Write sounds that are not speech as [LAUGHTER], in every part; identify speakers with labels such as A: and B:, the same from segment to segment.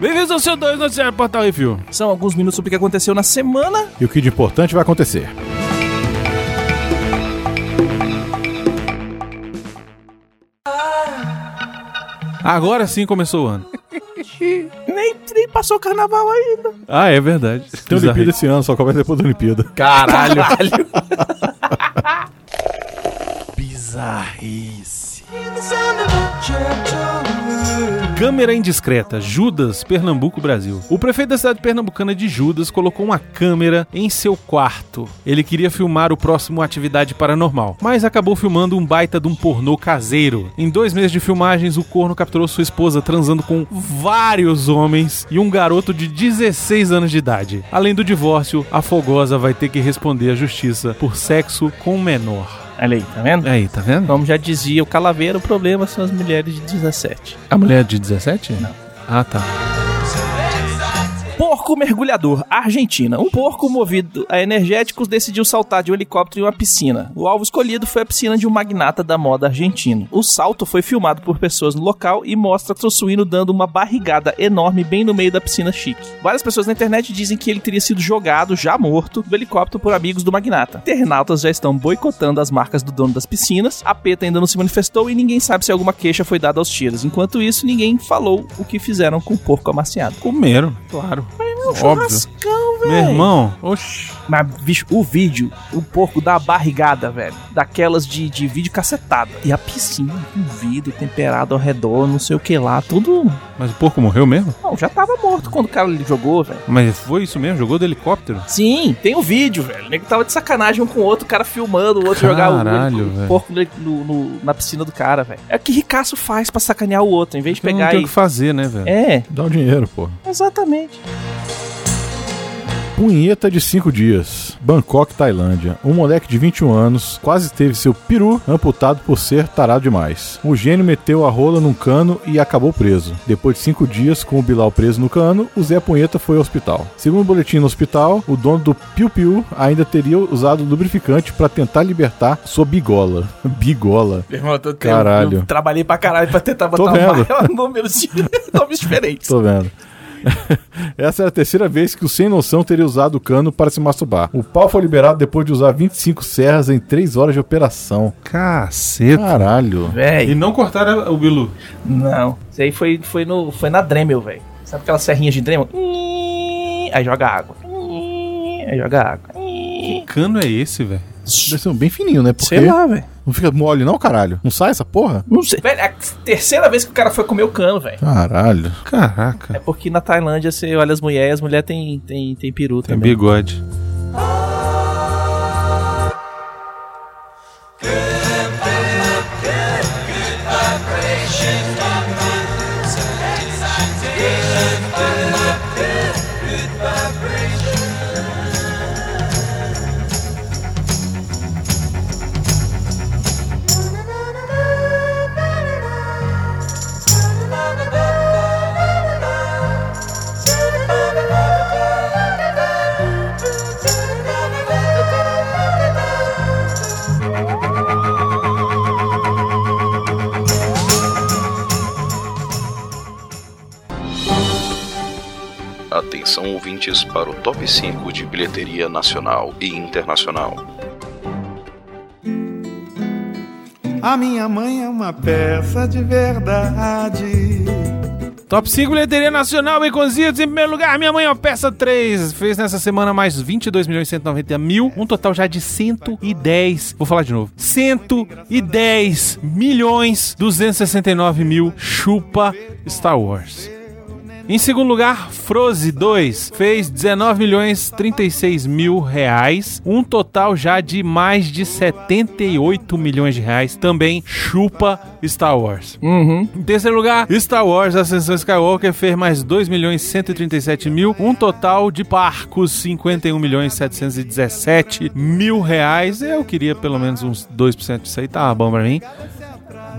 A: Bem-vindos ao seu 2 Noticiário Portal Review.
B: São alguns minutos sobre o que aconteceu na semana.
C: E o que de importante vai acontecer?
A: Agora sim começou o ano.
B: [LAUGHS] Nem, nem passou o carnaval ainda.
A: Ah, é verdade.
C: Tem um Olimpíada esse ano, só começa depois da Olimpíada.
A: [LAUGHS]
B: Caralho.
A: Bizarrice. Câmera indiscreta, Judas, Pernambuco, Brasil. O prefeito da cidade pernambucana de Judas colocou uma câmera em seu quarto. Ele queria filmar o próximo Atividade Paranormal, mas acabou filmando um baita de um pornô caseiro. Em dois meses de filmagens, o corno capturou sua esposa transando com vários homens e um garoto de 16 anos de idade. Além do divórcio, a fogosa vai ter que responder à justiça por sexo com menor.
B: Olha aí, tá vendo?
A: Aí, tá vendo?
B: Como já dizia o Calaveira, o problema são as mulheres de 17.
A: A mulher de 17? Não. Ah, tá.
B: Porco mergulhador, Argentina. Um porco movido a energéticos decidiu saltar de um helicóptero em uma piscina. O alvo escolhido foi a piscina de um magnata da moda argentino. O salto foi filmado por pessoas no local e mostra o suíno dando uma barrigada enorme bem no meio da piscina chique. Várias pessoas na internet dizem que ele teria sido jogado, já morto, do helicóptero por amigos do magnata. Internautas já estão boicotando as marcas do dono das piscinas, a PETA ainda não se manifestou e ninguém sabe se alguma queixa foi dada aos tiros. Enquanto isso, ninguém falou o que fizeram com o porco amaciado.
A: Comeram, claro. Óbvio.
B: Churrascão,
A: Meu irmão, oxi.
B: Mas, bicho, o vídeo, o porco dá uma barrigada, velho. Daquelas de, de vídeo cacetada. E a piscina, com vidro temperado ao redor, não sei o que lá, tudo.
A: Mas o porco morreu mesmo?
B: Não, já tava morto quando o cara jogou, velho.
A: Mas foi isso mesmo? Jogou do helicóptero?
B: Sim, tem o vídeo, velho. O nego tava de sacanagem um com o outro, o cara filmando, o outro jogar
A: Caralho,
B: o- o,
A: velho.
B: porco no- no- na piscina do cara, velho. É o que ricaço faz pra sacanear o outro, em vez de
A: Porque não
B: pegar
A: tem o
B: e.
A: que fazer, né, velho?
B: É,
C: Dá o um dinheiro, pô.
B: exatamente.
C: Punheta de 5 dias. Bangkok, Tailândia. Um moleque de 21 anos quase teve seu peru amputado por ser tarado demais. O gênio meteu a rola num cano e acabou preso. Depois de 5 dias com o Bilal preso no cano, o Zé Punheta foi ao hospital. Segundo o boletim no hospital, o dono do Piu Piu ainda teria usado lubrificante para tentar libertar sua bigola. [LAUGHS] bigola. Caralho.
B: Eu trabalhei pra caralho pra tentar
C: Tô
B: botar o
C: vendo.
B: maior [LAUGHS] número de nomes diferentes.
C: Tô vendo. [LAUGHS] Essa era a terceira vez que o sem noção teria usado o cano para se masturbar. O pau foi liberado depois de usar 25 serras em 3 horas de operação.
A: Caceta.
C: Caralho.
B: Véi.
A: E não cortaram o Bilu.
B: Não. Isso aí foi, foi, no, foi na Dremel, velho. Sabe aquelas serrinhas de Dremel? Aí joga água. Aí joga água.
A: Que cano é esse, velho?
C: Deve ser um bem fininho, né? Porque
B: velho.
C: não fica mole não, caralho. Não sai essa porra?
B: Não sei. Velho, é a terceira vez que o cara foi comer o cano, velho.
C: Caralho.
B: É
A: Caraca.
B: porque na Tailândia você olha as mulheres, as mulheres tem, tem, tem peru
A: Tem
B: também.
A: É bigode.
D: Atenção ouvintes para o top 5 de bilheteria nacional e internacional.
E: A minha mãe é uma peça de verdade.
A: Top 5 bilheteria nacional, baconzitos. Em primeiro lugar, Minha Mãe é uma Peça 3. Fez nessa semana mais 22 milhões e 190 mil. Um total já de 110. Vou falar de novo. 110 milhões 269 mil. Chupa Star Wars. Em segundo lugar, Frozen 2 fez 19 milhões 36 mil reais, um total já de mais de 78 milhões de reais. Também chupa Star Wars.
B: Uhum.
A: Em terceiro lugar, Star Wars Ascensão Skywalker fez mais 2 milhões 137 mil, um total de parcos 51 milhões 717 mil reais. Eu queria pelo menos uns 2% disso aí, tá bom pra mim.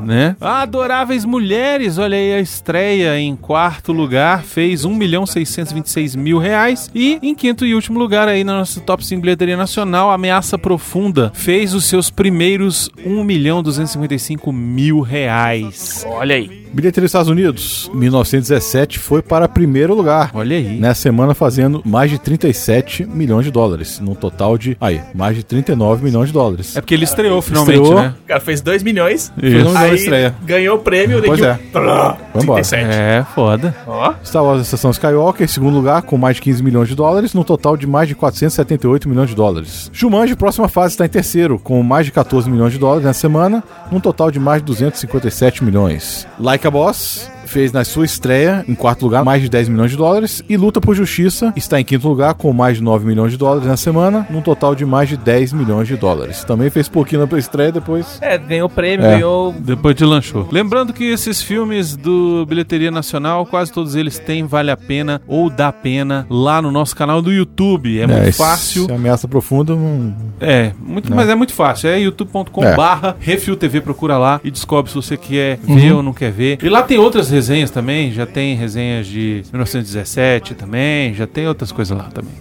A: né? Adoráveis Mulheres, olha aí a estreia em quarto lugar, fez 1 milhão 626 mil reais. E em quinto e último lugar aí na nossa top 5 bilheteria nacional, Ameaça Profunda, fez os seus primeiros 1 milhão 255 mil reais.
B: Olha aí.
C: Bilheteria dos Estados Unidos, 1917 foi para primeiro lugar.
A: Olha aí.
C: Nessa semana fazendo mais de 37 milhões de dólares, num total de, aí, mais de 39 milhões de dólares.
A: É porque ele estreou finalmente,
C: Estreou.
A: né?
B: O cara fez 2 milhões,
C: Foi uma
B: aí
C: estreia.
B: ganhou o prêmio,
C: Pois
B: daqui-
C: é. Vamos embora.
B: 37.
A: É, foda.
B: Ó,
C: Star Wars Estação Skywalker, em segundo lugar, com mais de 15 milhões de dólares, num total de mais de 478 milhões de dólares. Jumanji, próxima fase, está em terceiro, com mais de 14 milhões de dólares na semana, num total de mais de 257 milhões. Like a Boss fez na sua estreia, em quarto lugar, mais de 10 milhões de dólares, e Luta por Justiça está em quinto lugar, com mais de 9 milhões de dólares na semana, num total de mais de 10 milhões de dólares. Também fez pouquinho na estreia, depois...
B: é, ganhou o prêmio,
C: É.
B: ganhou
A: Depois de lanchou. Lembrando que esses filmes do Bilheteria Nacional, quase todos eles têm Vale a Pena ou Dá Pena lá no nosso canal do YouTube. É, muito
C: esse-
A: fácil.
C: Ameaça Profunda, não...
A: É, muito, mas é muito fácil. É youtube.com
C: É.
A: barra Refil TV, procura lá e descobre se você quer ver ou não quer ver. E lá tem outras resenhas também, já tem resenhas de 1917 também, já tem outras coisas lá também.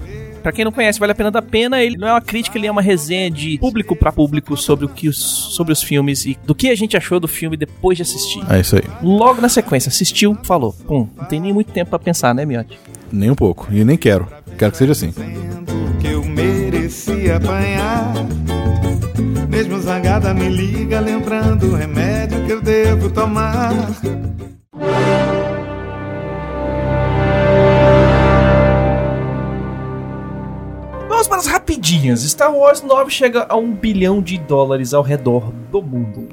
B: Pra quem não conhece, vale a pena da pena. Ele não é uma crítica, ele é uma resenha de público pra público sobre o que os, sobre os filmes e do que a gente achou do filme depois de assistir.
C: É isso aí.
B: Logo na sequência, assistiu, falou. Pum, não tem nem muito tempo pra pensar, né, Miotti?
C: Nem um pouco. E nem quero. Quero que seja assim.
E: dizendo que eu mereci apanhar. Mesmo zangada me liga, lembrando o remédio que eu devo tomar.
B: Vamos para as rapidinhas. Star Wars 9 chega a um bilhão de dólares ao redor do mundo.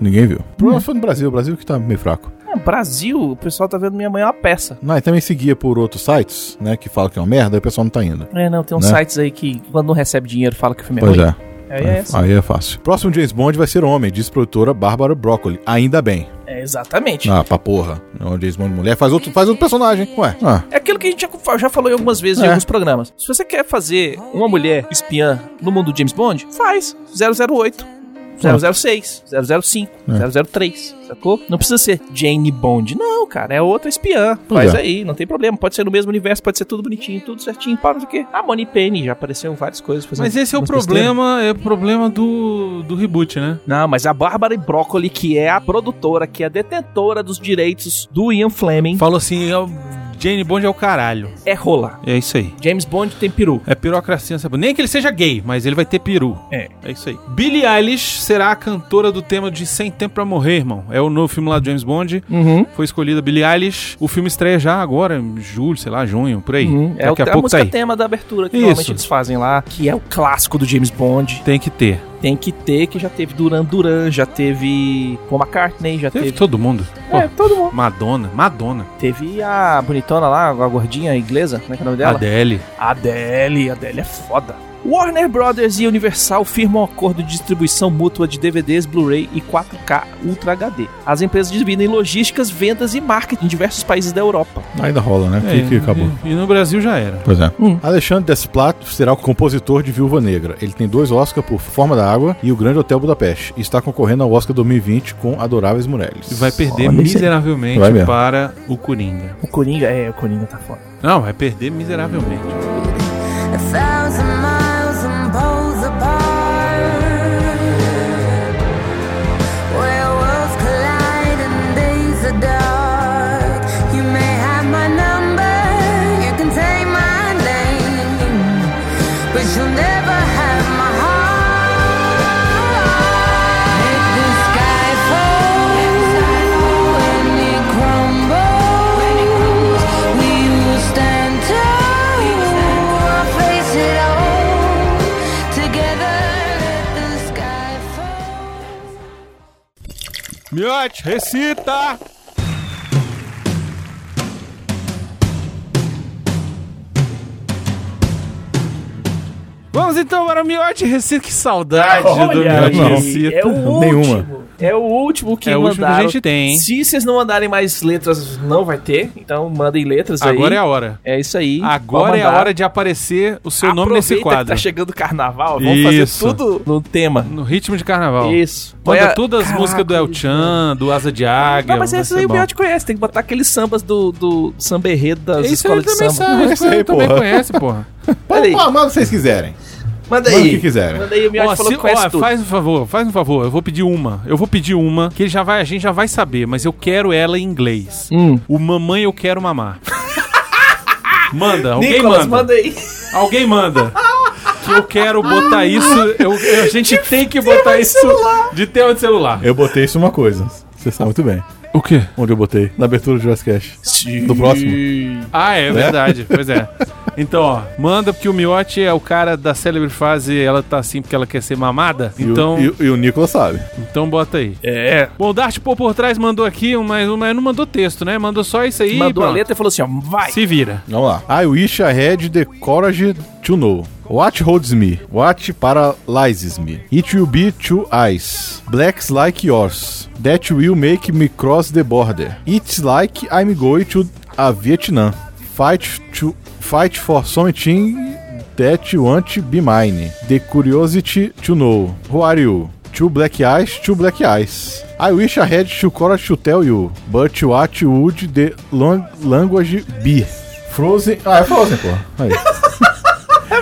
C: Ninguém viu. O problema foi no Brasil. O Brasil que tá meio fraco.
B: É, Brasil, o pessoal tá vendo Minha Mãe é uma peça.
C: Não, e também seguia por outros sites, né? Que falam que é uma merda, aí o pessoal não tá indo.
B: É, não, tem uns
C: Né?
B: sites aí que quando não recebe dinheiro fala que o filme é
C: Pois
B: ruim.
C: é.
B: É, é, assim.
C: Aí é fácil. Próximo James Bond vai ser homem, diz produtora Bárbara Broccoli. Ainda bem.
B: É, exatamente.
C: Ah, pra porra. Não, James Bond mulher faz outro, faz outro personagem. Ué. Ah,
B: É aquilo que a gente já, já falou em algumas vezes em
C: É.
B: alguns programas. Se você quer fazer uma mulher espiã no mundo do James Bond, faz 008. 006, 005,
C: É.
B: 003, sacou? Não precisa ser Jane Bond. Não, cara, é outra espiã.
C: Pois
B: Faz
C: é.
B: aí, não tem problema. Pode ser no mesmo universo, pode ser tudo bonitinho, tudo certinho. Para do que? A Money Penny já apareceu várias coisas. fazendo
A: Mas esse é o
B: umas besteiras.
A: problema, é o problema do, do reboot, né?
B: Não, mas a Bárbara Broccoli, que é a produtora, que é a detentora dos direitos do Ian Fleming,
A: Falou assim, é o- Jane Bond é o caralho.
B: é rola.
A: É isso aí.
B: James Bond tem peru.
A: É pirocracia, sabe? Nem que ele seja gay, mas ele vai ter peru.
B: É.
A: É isso aí. Billie Eilish será a cantora do tema de Sem Tempo pra Morrer, irmão. É o novo filme lá do James Bond.
B: Uhum.
A: Foi escolhida Billie Eilish. O filme estreia já agora, em julho, sei lá, junho, por aí.
B: Uhum, É o,
A: Daqui
B: é
A: a
B: a
A: pouco tá
B: música
A: aí.
B: tema da abertura que
A: Isso.
B: normalmente eles fazem lá, que é o clássico do James Bond.
A: Tem que ter.
B: Tem que ter, que já teve Duran Duran, já teve Paul McCartney, já
A: Teve
B: teve.
A: todo mundo.
B: É, todo mundo.
A: Pô, Madonna, Madonna.
B: Teve a bonitona lá, a gordinha inglesa, como é que é o nome dela?
A: Adele.
B: Adele, Adele é foda. Warner Brothers e Universal firmam um acordo de distribuição mútua de DVDs, Blu-ray e 4K Ultra HD. As empresas dividem logísticas, vendas e marketing em diversos países da Europa.
C: ainda rola, né?
A: É,
C: Aqui que acabou.
A: E, e no Brasil já era.
C: Pois é.
B: Hum.
C: Alexandre Desplat será o compositor de Viúva Negra. Ele tem dois Oscars por Forma da Água e o Grande Hotel Budapeste. E está concorrendo ao Oscar 2020 com Adoráveis Mulheres.
A: E vai perder
B: Olha isso aí.
A: miseravelmente
C: Vai mesmo.
A: para o Coringa.
B: O Coringa, é, o Coringa tá foda.
A: Não, vai perder miseravelmente.
F: A thousand miles and poles apart, where worlds collide and days are dark. You may have my number, you can take my name, but you'll never have my heart. Make the sky fall when it crumbles. We will stand tall. I'll face it all together. Let the sky fall.
A: Miote, recita! Vamos então para o Miote Recita. Que saudade do
B: Olha
A: então Miote
B: aí,
A: Recita.
B: É o último.
C: Nenhuma.
B: É É o último que
A: é o
B: mandaram.
A: último que a gente tem, hein?
B: Se vocês não mandarem mais letras, não vai ter. Então mandem letras aí.
A: Agora é a hora.
B: É isso aí.
A: Agora
B: Pode
A: é a
B: mandar.
A: hora de aparecer o seu nome
B: Aproveita
A: nesse
B: Que
A: quadro.
B: tá chegando o carnaval. Vamos
A: Isso.
B: fazer tudo no tema.
A: No ritmo de carnaval.
B: Isso.
A: Manda
B: Olha-
A: todas as
B: Caraca,
A: músicas do El Chan, do Asa de Águia.
B: Não, mas
A: vai
B: esse
A: ser
B: aí o
A: bom.
B: Biote conhece. Tem que botar aqueles sambas do, do samba enredo das
A: Isso ele
B: escolas de
A: também
B: samba.
A: sabe,
C: Esse
A: isso
C: aí,
A: ele também
C: porra.
A: conhece, porra.
B: Olha
C: Pode
B: aí.
C: falar mal vocês quiserem.
B: Manda
C: Manda o que
B: aí.
C: quiserem.
B: Manda aí, o Miotti
A: Ó,
B: falou
A: se-
B: que conhece
A: ó,
B: tudo.
A: faz um favor, faz um favor. Eu vou pedir uma. Eu vou pedir uma que ele já vai, a gente já vai saber, mas eu quero ela em inglês.
B: Hum.
A: O mamãe eu quero [LAUGHS] mamar. manda, alguém
B: Nicolas,
A: manda.
B: manda aí.
A: Alguém manda. Que eu quero botar isso. eu- eu- a gente tem que botar isso de tema de celular.
C: Eu botei isso uma coisa. Você sabe muito bem.
A: O quê?
C: Onde eu botei? Na abertura do Jurassic Cash. No próximo.
A: Ah, é verdade, pois é. Então, ó, manda porque o Miotti é o cara da célebre fase, ela tá assim porque ela quer ser mamada.
C: E o-
A: Então,
C: E, o- e o Nicolas sabe.
A: então bota aí.
B: É.
A: Bom, o Dart Pô por trás mandou aqui, um, mas, mas não mandou texto, né? Mandou só isso aí. e
B: Mandou a
A: pronto.
B: letra e falou assim, ó, vai.
A: Se vira.
C: Vamos lá. I wish I had the courage to know. What holds me? What paralyzes me? It will be two eyes, blacks like yours, that will make me cross the border. It's like I'm going to a Vietnam. Fight to fight for something that won't be mine. The curiosity to know. Who are you? Two black eyes, two black eyes. I wish I had to courage to tell you, but what would the long language be? Frozen. Ah, é Frozen, porra. Aí.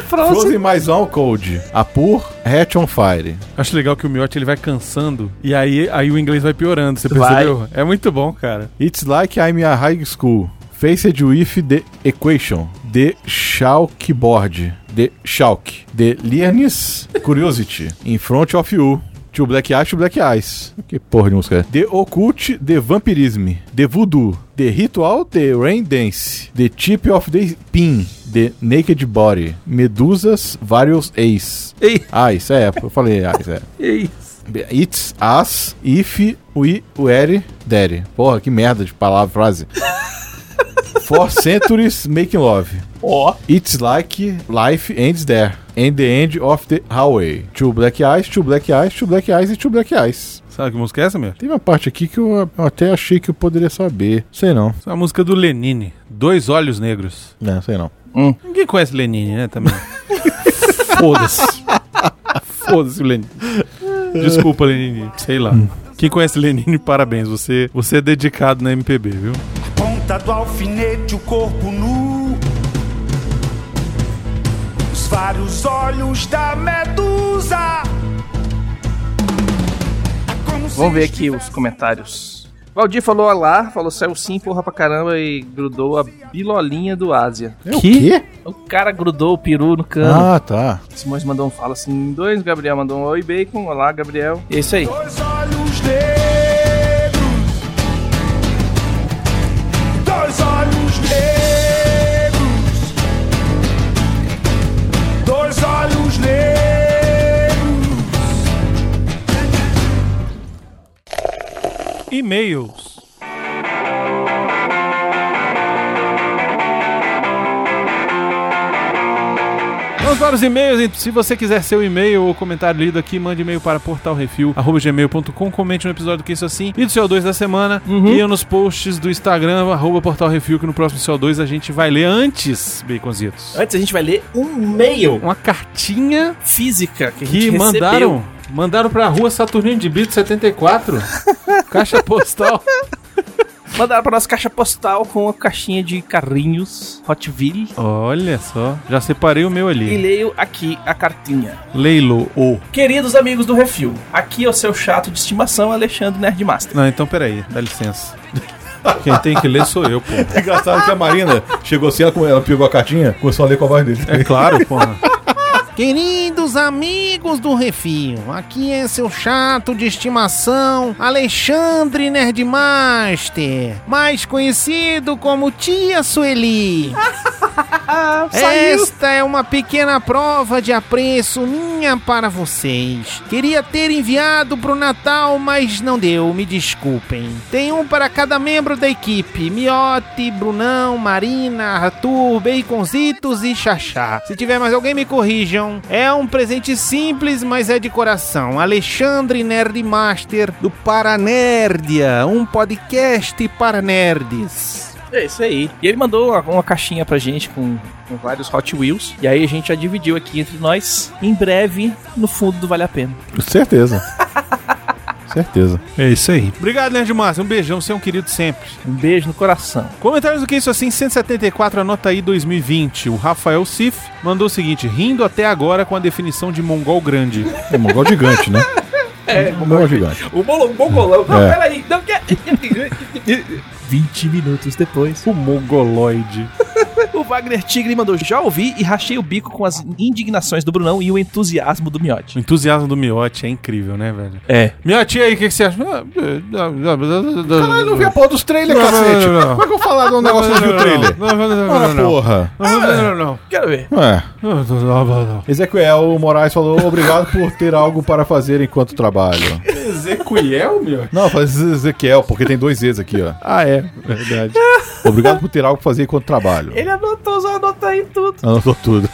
C: Frozen mais um cold. A Pur Hatch on Fire.
A: Acho legal que o Miotti ele vai cansando e aí, aí o inglês vai piorando, você percebeu? É muito bom, cara.
C: It's like I'm a high school. Faced with the equation. The chalk board. The chalk. The learnings [LAUGHS] curiosity. In front of you. To Black Eyes, to Black Eyes. Que porra de música é? The Occult, The Vampirism, The Voodoo, The Ritual, The Rain Dance, The Tip of the Pin, The Naked Body, Medusas, Vários Ace.
B: Ei.
C: Ah, isso é, eu falei, ah, isso é. It's as if we were there. Porra, que merda de palavra, frase. For centuries making love.
B: Ó.
C: It's like life ends there. And the end of the highway. Two black eyes, two black eyes, two black eyes e two black eyes.
A: Sabe que música é essa, Miotti?
C: Tem uma parte aqui que eu eu até achei que eu poderia saber. Sei não.
A: Essa é a música do Lenine, Dois Olhos Negros.
C: Não, sei não.
A: Ninguém conhece Lenine, né,
B: [LAUGHS]
A: também?
C: Foda-se.
A: Foda-se o Lenine. Desculpa, Lenine. Sei lá.
B: Hum.
A: Quem conhece Lenine, parabéns. Você, você é dedicado na MPB, viu?
G: ponta do alfinete, o corpo nu. Os vários olhos da medusa. É como se
B: Vamos ver aqui os comentários. Valdir falou olá, falou saiu sim, porra pra caramba e grudou a bilolinha do Ásia.
C: É o quê?
B: O cara grudou o peru no cano.
C: Ah, tá.
B: Simões mandou um fala assim em dois, Gabriel mandou um oi bacon, olá Gabriel. E é isso aí.
G: dois olhos negros. Dois olhos negros. Dois olhos negros.
A: E-mails. Vamos para os e-mails. hein? Se você quiser seu e-mail ou comentário lido aqui, mande e-mail para portalrefil.gmail.com, comente no episódio que isso assim e do CO2 da semana.
B: Uhum.
A: E nos posts do Instagram, arroba portalrefil, que no próximo CO2 a gente vai ler antes, Baconzitos.
B: Antes a gente vai ler um e-mail
A: Uma cartinha
B: física que, a gente
A: que
B: recebeu.
A: mandaram. Mandaram pra rua Saturnino de Brito 74.
B: [LAUGHS]
A: caixa postal.
B: Mandaram pra nossa caixa postal com uma caixinha de carrinhos Hotville.
A: Olha só. Já separei o meu
B: E
A: ali.
B: leio aqui a cartinha.
A: Leilo ou.
B: Queridos amigos do Refil, aqui é o seu chato de estimação, Alexandre Nerdmaster.
A: Não, então peraí, dá licença. Quem tem que ler sou eu, pô.
C: É engraçado que a Marina chegou assim, ela, ela pegou a cartinha, começou a ler com a voz dele.
A: É claro, porra.
H: Queridos amigos do Refil, aqui é seu chato de estimação, Alexandre Nerdmaster, mais conhecido como Tia Sueli.
B: Ah, saiu!
H: Esta é uma pequena prova de apreço minha para vocês. Queria ter enviado pro Natal, mas não deu, me desculpem. Tem um para cada membro da equipe: Miote, Brunão, Marina, Arthur, Baconzitos e Xaxá. Se tiver mais alguém, me corrijam. É um presente simples, mas é de coração. Alexandre Nerd Master do Paranerdia, um podcast para nerds.
B: É isso aí. E ele mandou uma, uma caixinha pra gente com, com vários Hot Wheels. E aí a gente já dividiu aqui entre nós. Em breve, no fundo do Vale a Pena.
C: Certeza. Certeza.
A: É isso aí. Obrigado, Nerd Márcio. Um beijão, você é um querido sempre.
B: Um beijo no coração.
A: Comentários do que isso assim, 174, anota aí 2020. O Rafael Sif mandou o seguinte: rindo até agora com a definição de mongol grande.
C: É mongol gigante, né? É,
A: um
C: mongol gigante.
B: O bolão, bongolão.
C: Não, É.
B: peraí. então Não [LAUGHS] quer. 20 minutos depois.
A: O mongoloide.
B: O Wagner Tigre mandou: Já ouvi e rachei o bico com as indignações do Brunão e o entusiasmo do
A: O
B: Miote.
A: entusiasmo do Miote é incrível, né, velho?
B: É.
A: Miote, e aí, o que, que você acha? Caralho,
C: Caralho, não vi a porra dos trailers,
A: Não, não,
C: cacete.
A: não, não.
C: Como é que eu vou falar de um negócio que não viu o trailer?
A: Não, não, não,
C: Ora,
A: não, não.
C: porra.
A: Não, não, não, não.
B: Quero ver.
C: É.
A: Não, não, não, não, não.
C: Ezequiel Moraes falou: obrigado por ter algo para fazer enquanto trabalho.
A: Ezequiel, meu?
C: Não, faz Ezequiel, porque tem dois Z's aqui, ó.
A: Ah, é, verdade. é
C: Obrigado por ter algo para fazer enquanto trabalho.
B: Ele anotou, só anotou aí tudo.
C: Anotou tudo.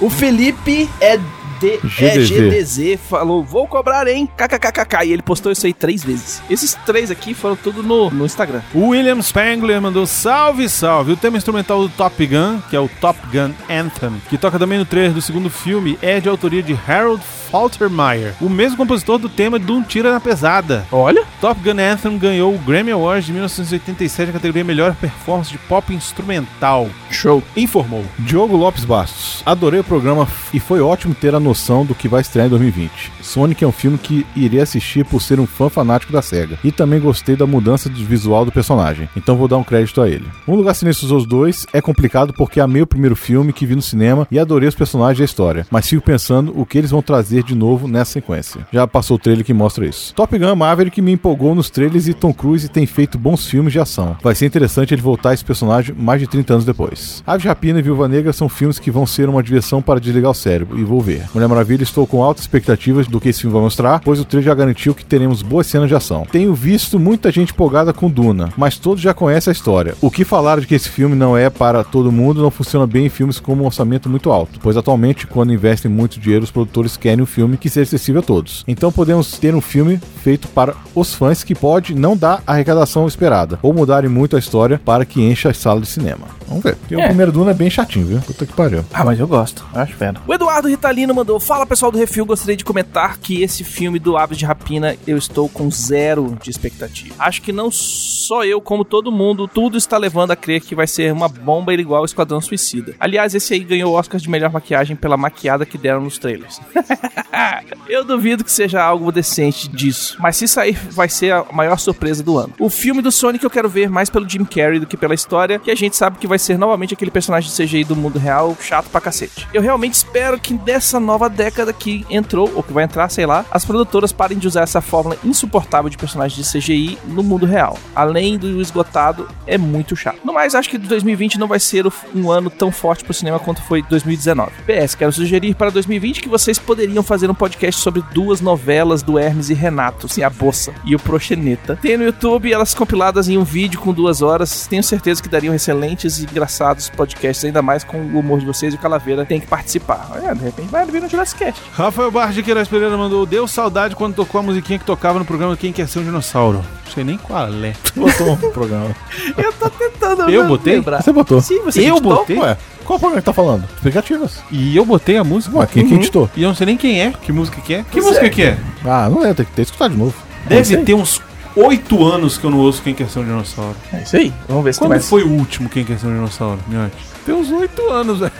B: O Felipe é. D é
C: GDZ.
B: GDZ falou, vou cobrar, hein? KKKKK. E ele postou isso aí três vezes. Esses três aqui foram tudo no, no Instagram.
A: O William Spangler mandou salve, salve. O tema instrumental do Top Gun, que é o Top Gun Anthem, que toca também no trailer do segundo filme, é de autoria de Harold Faltermeyer, o mesmo compositor do tema de Um Tira na Pesada.
B: Olha.
A: Top Gun Anthem ganhou o Grammy Award de 1987 na categoria Melhor Performance de Pop Instrumental.
B: Show.
A: Informou.
C: Diogo Lopes Bastos. Adorei o programa e foi ótimo ter a noção do que vai estrear em 2020. Sonic é um filme que irei assistir por ser um fã fanático da SEGA. E também gostei da mudança de visual do personagem, então vou dar um crédito a ele. Um Lugar Sinistro dos dois é complicado porque amei o primeiro filme que vi no cinema e adorei os personagens e a história, mas fico pensando o que eles vão trazer de novo nessa sequência. Já passou o trailer que mostra isso. Top Gun Maverick que me empolgou nos trailers e Tom Cruise tem feito bons filmes de ação. Vai ser interessante ele voltar a esse personagem mais de 30 anos depois. Ave de Rapina e Viúva Negra são filmes que vão ser uma diversão para desligar o cérebro e vou ver. Mulher Maravilha estou com altas expectativas do que esse filme vai mostrar, pois o trailer já garantiu que teremos boas cenas de ação. Tenho visto muita gente empolgada com Duna, mas todos já conhecem a história. O que falaram de que esse filme não é para todo mundo não funciona bem em filmes com um orçamento muito alto, pois atualmente quando investem muito dinheiro os produtores querem um filme que seja acessível a todos. Então podemos ter um filme feito para os fãs que pode não dar a arrecadação esperada ou mudarem muito a história para que encha as salas de cinema. Vamos ver. Porque o
B: É.
C: primeiro Duna é bem chatinho, viu? Puta que pariu.
B: Ah, mas eu gosto. Acho fera. O Eduardo Ritalino mandou: Fala pessoal do Refil, gostaria de comentar que esse filme do Aves de Rapina eu estou com zero de expectativa. Acho que não só eu, como todo mundo, tudo está levando a crer que vai ser uma bomba igual ao Esquadrão Suicida. Aliás, esse aí ganhou o Oscar de melhor maquiagem pela maquiada que deram nos trailers. [LAUGHS] Eu duvido que seja algo decente disso, mas se sair, vai ser a maior surpresa do ano. O filme do Sonic eu quero ver mais pelo Jim Carrey do que pela história, que a gente sabe que vai ser novamente aquele personagem de CGI do mundo real chato pra cacete. Eu realmente espero que dessa nova década que entrou, ou que vai entrar, sei lá, as produtoras parem de usar essa fórmula insuportável de personagens de CGI no mundo real. Além do esgotado, é muito chato. No mais, acho que 2020 não vai ser o- um ano tão forte pro cinema quanto foi 2019. PS, quero sugerir para 2020 que vocês poderiam fazer um podcast sobre duas novelas do Hermes e Renato, sim, a Bossa e o Proxeneta. Tem no YouTube elas compiladas em um vídeo com duas horas. Tenho certeza que dariam excelentes e engraçados podcasts, ainda mais com o humor de vocês e o Calaveira tem que participar. É, de repente vai vir no Jurassic Cast.
A: Rafael Barra de Queiroz Pereira mandou Deu saudade quando tocou a musiquinha que tocava no programa Quem Quer Ser um Dinossauro. Não sei nem qual é.
C: Botou um [LAUGHS] programa.
B: Eu tô tentando
A: Eu botei?
B: lembrar.
C: Você botou.
B: Sim, você
A: Eu
B: editou?
A: botei?
C: Ué, qual programa que tá falando? Explicativas.
A: E eu botei a música. Uhum.
C: Ué, quem que editou?
A: E eu não sei nem quem é, que música que é. Que
B: Pois
A: música
B: é.
A: que é?
C: Ah, não lembro, tem que ter que escutar de novo.
A: Deve ter uns oito anos que eu não ouço Quem Quer Ser um Dinossauro.
B: É isso aí. Vamos ver se tu
A: Quando
B: vai...
A: foi o último Quem Quer Ser um Dinossauro, Miote? Tem uns oito anos, velho.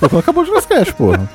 C: Foi quando acabou o Jurassic Cast, [LAUGHS] porra.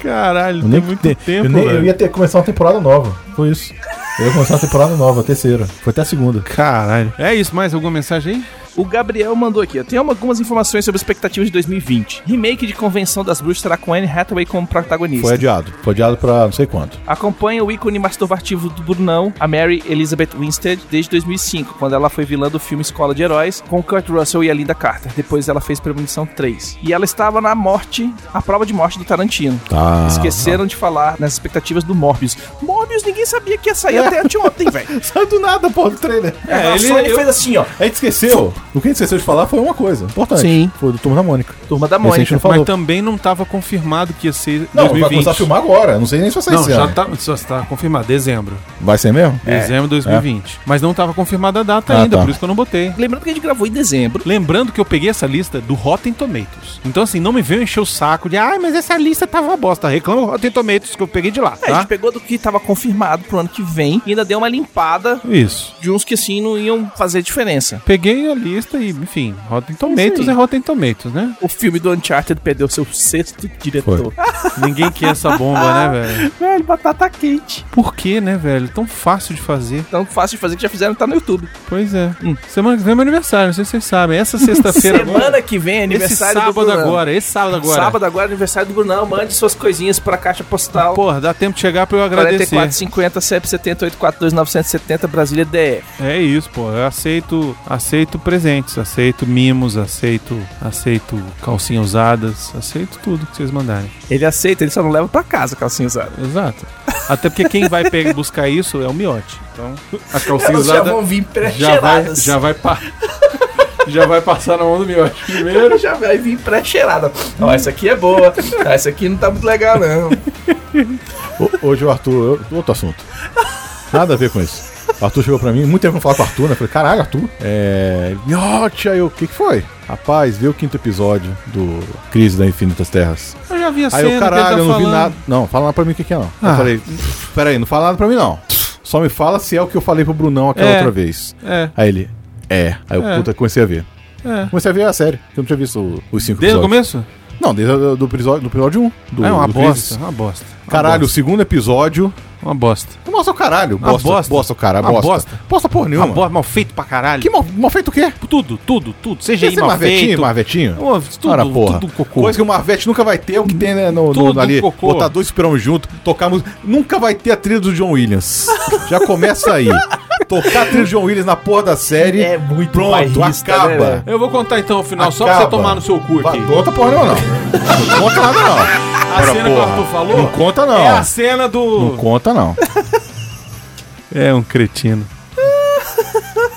A: Caralho,
C: Eu
A: tem
C: nem-
A: muito
C: te-
A: tempo,
C: eu, nem-
A: velho.
C: eu ia ter começar uma temporada nova. Foi isso. Eu ia começar uma temporada nova, a terceira. Foi até a segunda.
A: Caralho. É isso, mais alguma mensagem aí?
B: O Gabriel mandou aqui, ó. Tem algumas informações sobre expectativas de 2020. Remake de Convenção das Bruxas terá com Anne Hathaway como protagonista.
C: Foi adiado. Foi adiado pra não sei quanto.
B: Acompanha o ícone masturbativo do Brunão, a Mary Elizabeth Winstead, desde 2005, quando ela foi vilã do filme Escola de Heróis, com Kurt Russell e a Linda Carter. Depois ela fez Premonição 3. E ela estava na morte, a prova de morte do Tarantino.
C: Tá.
B: Esqueceram de falar nas expectativas do Morbius. Morbius ninguém sabia que ia sair até anteontem, [LAUGHS] velho.
C: [LAUGHS] Saiu do nada, pô, do trailer.
B: É, a
A: ele-
B: Sony
A: eu-
B: fez assim, ó.
C: A gente esqueceu. O que a gente esqueceu de falar foi uma coisa importante.
H: Sim.
C: Foi do Turma da Mônica.
B: Turma da
C: Esse a gente
B: Mônica.
C: não falou.
A: Mas também não tava confirmado que ia ser
C: Não, vai
A: 2020.
C: começar a filmar agora. Não sei nem se vai sair
A: Não,
C: esse
A: já
C: ano.
A: tá, só tá confirmado, dezembro.
C: Vai ser mesmo?
A: Dezembro de 2020. Mas não tava confirmada a data
C: É. Ah,
A: ainda,
C: tá.
A: por isso que eu não botei.
B: Lembrando que a gente gravou em dezembro.
A: Lembrando que eu peguei essa lista do Rotten Tomatoes. Então, assim, não me venham encher o saco de, ai, mas essa lista tava uma bosta. Reclama o Rotten Tomatoes que eu peguei de lá,
B: É, A gente
A: tá?
B: pegou do que tava confirmado pro ano que vem e ainda deu uma limpada
A: Isso.
B: de uns que assim não iam fazer diferença.
A: Peguei a lista e, enfim, Rotten Tomatoes
B: aí.
A: é Rotten Tomatoes, né?
B: O filme do Uncharted perdeu seu sexto diretor.
A: Ninguém quer essa bomba, né,
B: [LAUGHS]
A: velho?
B: Ah, Velho, batata quente.
A: Por que, né, velho? Tão fácil de fazer.
B: Então, fácil de fazer que já fizeram, tá no YouTube.
A: Pois é.
B: Hum.
A: Semana que vem é meu aniversário, não sei se vocês sabem. Essa sexta-feira
B: Semana
A: agora.
B: que vem é
A: Esse
B: aniversário do
A: sábado
B: Brunão.
A: agora, esse sábado agora.
B: Sábado agora é aniversário do Brunão. Mande suas coisinhas pra caixa postal.
A: Porra, dá tempo de chegar pra eu agradecer.
B: 4450 770 842 970 Brasília DF.
A: É isso, pô. Eu aceito, aceito presentes, aceito mimos, aceito, aceito calcinha usadas, aceito tudo que vocês mandarem.
B: Ele aceita, ele só não leva pra casa a calcinha usada.
A: Exato. Até porque quem vai pe- buscar isso é o miote. Então, a calcinha
B: Elas já
A: usada
B: vão vir
A: já vai,
B: pré-cheiradas.
A: já vai pa- [LAUGHS] já vai passar na mão do miote primeiro.
B: já vai vir pré-cheirada. Ó, essa aqui é boa. Ó, essa aqui não tá muito legal, não.
C: Ho- Hoje o Arthur, eu- outro assunto. Nada a ver com isso. O Arthur chegou pra mim, muito tempo que eu não falava com o Arthur, né? Eu Falei, caralho, Arthur. É. Miote, aí eu, o que, que foi? Rapaz, vê o quinto episódio do Crise da Infinitas Terras.
A: Eu já vi a
C: Aí
A: cena
C: eu,
A: que ele
C: caralho,
A: tá
C: eu não vi
A: falando.
C: nada. Não, fala lá pra mim o que, que é, não.
A: Ah.
C: Eu falei, peraí, não fala nada pra mim, não. Só me fala se é o que eu falei pro Brunão aquela
A: É.
C: outra vez.
A: É.
C: Aí ele, é. Aí eu
A: É.
C: puta, comecei a ver.
A: É.
C: Comecei a ver a série, que eu não tinha visto o- os cinco
A: Desde o
C: episódios.
A: começo?
C: Não, desde o do episódio, do episódio 1. Do,
A: é uma
C: do Crise.
A: bosta, uma bosta. Uma
C: Caralho, o
A: bosta,
C: segundo episódio,
A: uma bosta.
C: nossa, o caralho.
A: Uma
C: Bosta,
A: bosta.
C: bosta. o cara,
A: Uma
C: bosta.
A: bosta.
C: Bosta porra
A: Uma
C: nenhuma.
A: bosta mal feito pra caralho.
C: Que mal, mal feito o quê?
A: Tudo, tudo, tudo. Seja
C: Esse
A: é mal
C: marvetinho,
A: feito.
C: marvetinho?
A: Ô, Tudo,
C: Ora, porra.
A: tudo cocô.
C: Coisa que o Marvete nunca vai ter, o que tem né, no, no-
A: Tudo
C: ali.
A: cocô.
C: Botar dois pirão junto, tocar música. Nunca vai ter a trilha do John Williams. Já
A: [LAUGHS]
C: começa aí. Tocar a trilha do John Williams na porra da série.
B: É muito
C: Pronto,
B: bairrista, né,
C: acaba.
B: velho?
A: Eu vou contar então o final, só pra você
C: Acaba.
A: tomar no seu cu aqui.
C: Não conta porra não, não. Não conta nada não. A
A: cena que o Arthur falou
C: Não conta não.
A: É a cena
C: Não
A: do.
C: conta não.
A: É um cretino. [LAUGHS]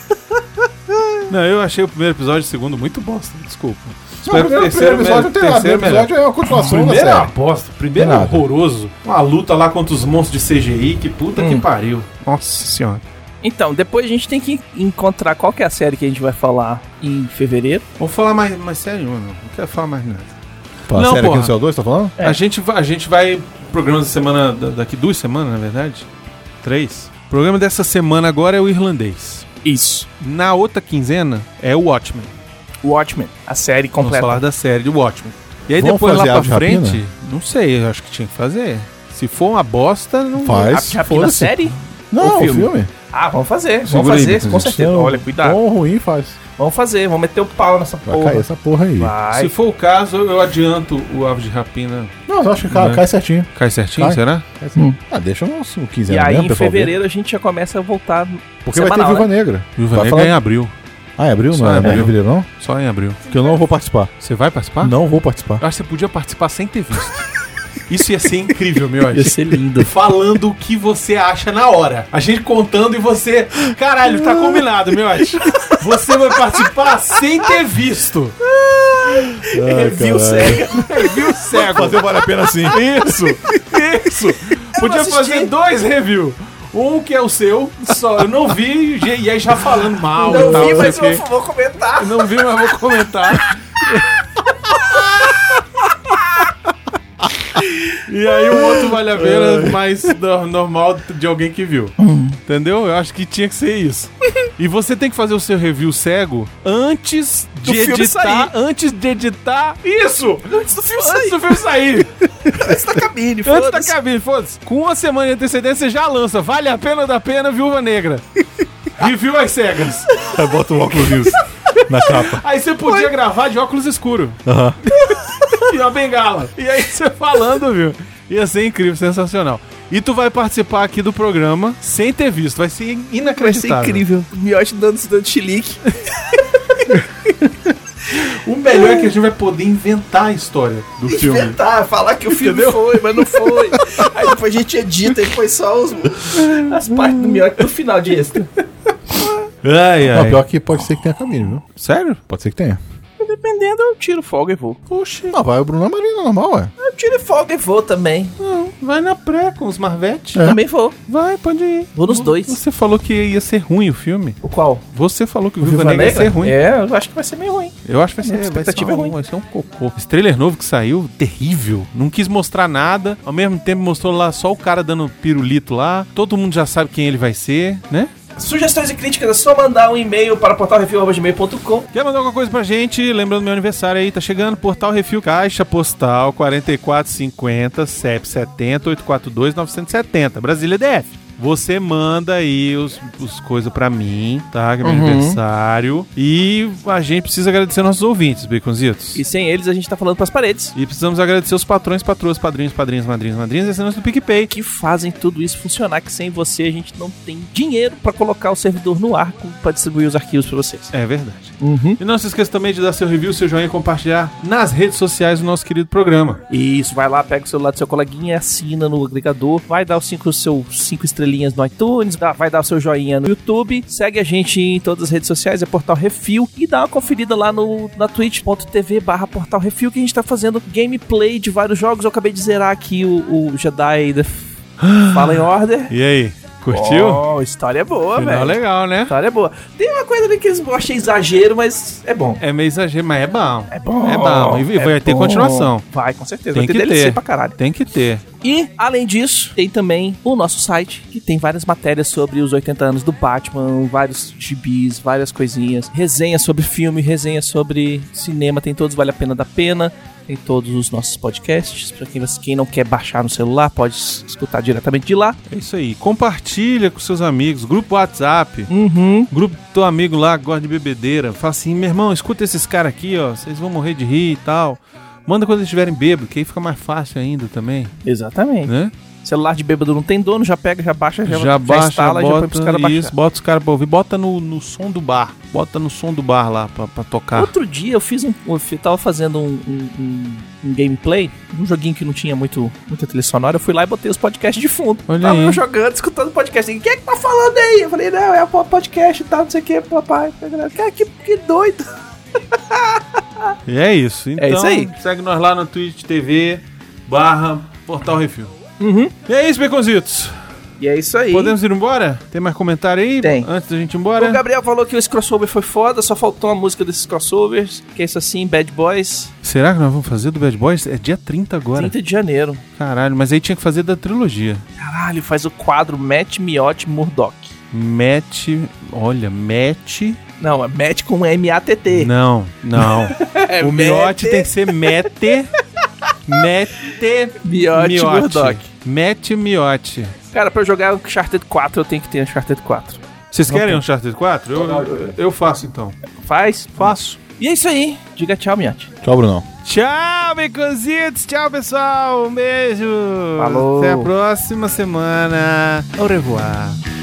A: Não, eu achei o primeiro episódio e o segundo muito bosta, desculpa. Espero que o terceiro melhor.
C: não tem nada. O
A: terceiro
C: primeiro
A: melhor.
C: episódio é uma continuação da
A: Primeiro é uma
C: série.
A: bosta, primeiro é
C: Nada.
A: horroroso. Uma luta lá contra os monstros de CGI, que puta
C: Hum.
A: que pariu. Nossa senhora.
B: Então, depois a gente tem que encontrar qual que é a série que a gente vai falar em fevereiro.
A: Vamos falar mais, mais sério, mano. Não quero falar mais nada.
C: Pô, a
A: Não,
C: série aqui
A: porra.
C: no CO2, tá falando?
A: A, gente, vai- a gente vai. Programa da semana. da- Daqui duas semanas, na verdade? Três. O programa dessa semana agora é o irlandês.
B: Isso.
A: Na outra quinzena é o Watchmen.
B: Watchmen, a série
A: Vamos
B: completa.
A: falar da série de Watchmen. E aí
C: Vamos
A: depois lá
C: fazer
A: pra
C: Aves de
A: frente,
C: Rapina?
A: não sei, eu acho que tinha que fazer. Se for uma bosta, não
C: Faz.
B: Ah, A Chapina
C: Foda-se.
B: série?
C: Não,
B: O
C: o
B: filme.
C: filme.
B: Ah, vamos fazer, vamos
C: Segura aí,
B: fazer,
C: Beto,
B: com
C: gente.
B: certeza.
C: Então,
B: Olha, cuidado.
C: Bom ou ruim faz.
B: Vamos fazer, vamos meter o pau nessa
C: Vai
B: porra.
C: cair essa porra aí.
B: Vai.
A: Se for o caso, eu adianto o Aves de Rapina.
C: Não, eu acho que cai,
A: Né?
C: cai certinho.
A: Cai certinho,
C: Cai.
A: será?
C: Cai certinho. Ah, deixa uns 15
B: E
C: anos
B: aí,
C: mesmo,
B: em
C: pessoal ver.
B: fevereiro, a gente já começa a voltar.
C: né, Porque vai ter
B: semanal, né?
C: Viúva Negra.
A: Viúva
C: Vai
A: Negra é
C: falar-
A: em abril.
C: Ah, é abril?
A: Só
C: Não,
A: em
C: é
A: abril.
C: fevereiro não? Ah?
A: Só em abril.
C: Porque eu não vou participar.
A: Você vai participar?
C: Não vou participar. [LAUGHS]
A: Eu acho que você podia participar sem ter visto. Isso ia ser incrível, meu
B: Ia ser lindo.
A: Falando o que você acha na hora. A gente contando e você. Caralho, tá combinado, meu acho. Você vai participar sem ter visto.
B: [LAUGHS]
C: [LAUGHS]
B: Review cega.
A: Review cego.
C: Fazer vale a pena sim.
A: Isso! Isso! Podia
B: assisti.
A: fazer dois reviews. Um que é o seu, só eu não vi, e e aí já falando mal. e tal,
B: Não vi,
A: sei
B: mas
A: o quê.
B: eu vou, vou comentar.
A: Não vi, mas vou comentar. E aí o outro vale a pena mais no- normal de alguém que viu. Entendeu? Eu acho que tinha que ser isso. E você tem que fazer o seu review cego antes de
B: filme
A: editar.
B: sair.
A: Antes de editar. Isso!
B: Antes do filme
A: Antes
B: sair,
A: do filme sair.
B: antes da cabine,
A: Antes da
B: foda-se.
A: cabine, foda-se. Com uma semana de antecedência, você já lança. Vale [LAUGHS] a pena ou da pena, Viúva Negra. Review às cegas.
C: Bota o óculos. na capa.
A: Aí você podia gravar de óculos escuro.
C: Aham.
A: [LAUGHS] e uma bengala. E aí você falando, viu? Ia ser incrível, sensacional. E tu vai participar aqui do programa sem ter visto. Vai ser inacreditável.
B: Vai ser incrível. Miote dando, dando chilique.
A: O melhor é que a gente vai poder inventar a história do filme.
B: Inventar, falar que o filme foi, mas não [LAUGHS] foi. Aí depois a gente edita e foi só os- as partes do Miote no final de extra.
A: Ai,
B: É.
C: Não, pior que pode ser que tenha caminho, viu?
A: Sério?
C: Pode ser que tenha.
B: Dependendo, eu tiro folga e vou.
A: Poxa,
C: Não, Ah, vai o Bruno Marina normal, ué.
B: Eu tiro folga e vou também.
A: não. Vai na pré com os Marvete.
B: Também vou.
A: Vai, pode ir.
B: Vou nos dois.
A: Você falou que ia ser ruim o filme.
B: O qual?
A: Você falou que o Viva Negra ia ser ruim.
B: É, eu acho que vai ser meio ruim.
A: Eu acho que vai ser,
B: Minha
A: vai
B: expectativa
A: ser
B: é
A: um-
B: ruim.
A: Vai ser um cocô. Esse trailer novo que saiu, terrível. Não quis mostrar nada. Ao mesmo tempo mostrou lá só o cara dando pirulito lá. Todo mundo já sabe quem ele vai ser, né?
B: Sugestões e críticas é só mandar um e-mail para portalreview.com.
A: Quer mandar alguma coisa pra gente? Lembrando meu aniversário aí, tá chegando. Portal Refil Caixa Postal 4450 770 842 970, Brasília DF. Você manda aí os, os coisas pra mim, tá? Que é meu aniversário. E a gente precisa agradecer nossos ouvintes, Baconzitos.
B: E sem eles a gente tá falando pras paredes.
A: E precisamos agradecer os patrões, patroas, padrinhos, padrinhos, madrinhos, madrinhas, assinantes do PicPay.
B: Que fazem tudo isso funcionar, que sem você a gente não tem dinheiro pra colocar o servidor no ar com- pra distribuir os arquivos pra vocês.
A: É verdade.
B: Uhum.
A: E não se esqueça também de dar seu review, seu joinha e compartilhar nas redes sociais o nosso querido programa.
B: Isso, vai lá, pega o celular do seu coleguinha, assina no agregador, vai dar os cinco, seu, cinco estrelinhas no iTunes, dá- vai dar o seu joinha no YouTube, segue a gente em todas as redes sociais, é Portal Refil, e dá uma conferida lá no, na twitch.tv barra Portal Refil, que a gente tá fazendo gameplay de vários jogos, eu acabei de zerar aqui o, o Jedi The Fallen Order.
A: E aí, curtiu?
B: Oh, história boa,
A: Final
B: velho.
A: legal, né?
B: História boa. Tem uma coisa ali que eu achei exagero, mas é bom.
A: É meio exagero, mas é bom.
B: É bom.
A: É bom. E vai ter
B: bom.
A: continuação.
B: Vai, com certeza.
A: Tem
B: vai
A: que
B: ter DLC
A: ter.
B: pra caralho.
A: Tem que ter.
B: E, além disso, tem também o nosso site, que tem várias matérias sobre os 80 anos do Batman, vários gibis, várias coisinhas, resenha sobre filme, resenha sobre cinema, tem todos Vale a Pena da Pena, tem todos os nossos podcasts, pra quem, quem não quer baixar no celular, pode s- escutar diretamente de lá.
A: É isso aí. Compartilha com seus amigos, grupo WhatsApp.
B: Uhum.
A: Grupo do teu amigo lá, que gosta de bebedeira. Fala assim, meu irmão, escuta esses caras aqui, ó. Vocês vão morrer de rir e tal. Manda quando eles estiverem bêbados, que aí fica mais fácil ainda também,
B: Exatamente.
A: né?
B: Celular de bêbado não tem dono, já pega, já baixa, já,
A: já, baixa,
B: instala e já põe pros
A: bota,
B: caras baixar.
A: isso, bota os caras pra ouvir, bota no, no som do bar, bota no som do bar lá pra, pra tocar.
B: Outro dia eu fiz um. Eu fi- tava fazendo um, um- um- um gameplay, um joguinho que não tinha muito, muita trilha sonora. Eu fui lá e botei os podcasts de fundo.
A: Olha
B: tava
A: aí.
B: eu jogando, escutando podcast. Quem é que tá falando aí? Eu falei, não, é o podcast e tal, não sei o que, papai. Cara, que, que doido.
A: E é isso. Então,
B: isso aí.
A: segue nós lá no Twitch TV barra Portal Refil.
B: Uhum.
A: E é isso, Beconzitos.
B: E é isso aí.
A: Podemos ir embora? Tem mais comentário aí?
B: Tem.
A: Antes da gente ir
B: O
A: embora?
B: Gabriel falou que esse crossover foi foda, só faltou uma música desses crossovers, que é isso assim, Bad Boys,
A: Será que nós vamos fazer do Bad Boys? É dia 30 agora.
B: 30 de janeiro.
A: Caralho, mas aí tinha que fazer da trilogia.
B: Caralho, faz o quadro Matt Miotti Murdock.
A: Matt. Olha, Matt.
B: Não, é Matt com M-A-T-T.
A: Não, não.
B: [LAUGHS] É
A: o miote tem que ser mete.
B: [LAUGHS]
A: Mete.
B: Miotti Murdock.
A: Mete miote.
B: Cara, pra eu jogar Uncharted 4, eu tenho que ter Uncharted 4.
A: Vocês querem
B: tem.
A: um Charter 4? Eu, eu, eu faço então.
B: Faz? Faço. E é isso aí. Diga tchau, Miante.
C: Tchau, Brunão.
A: Tchau, Baconzitos. Tchau, pessoal. Um beijo.
B: Falou.
A: Até a próxima semana. Au revoir.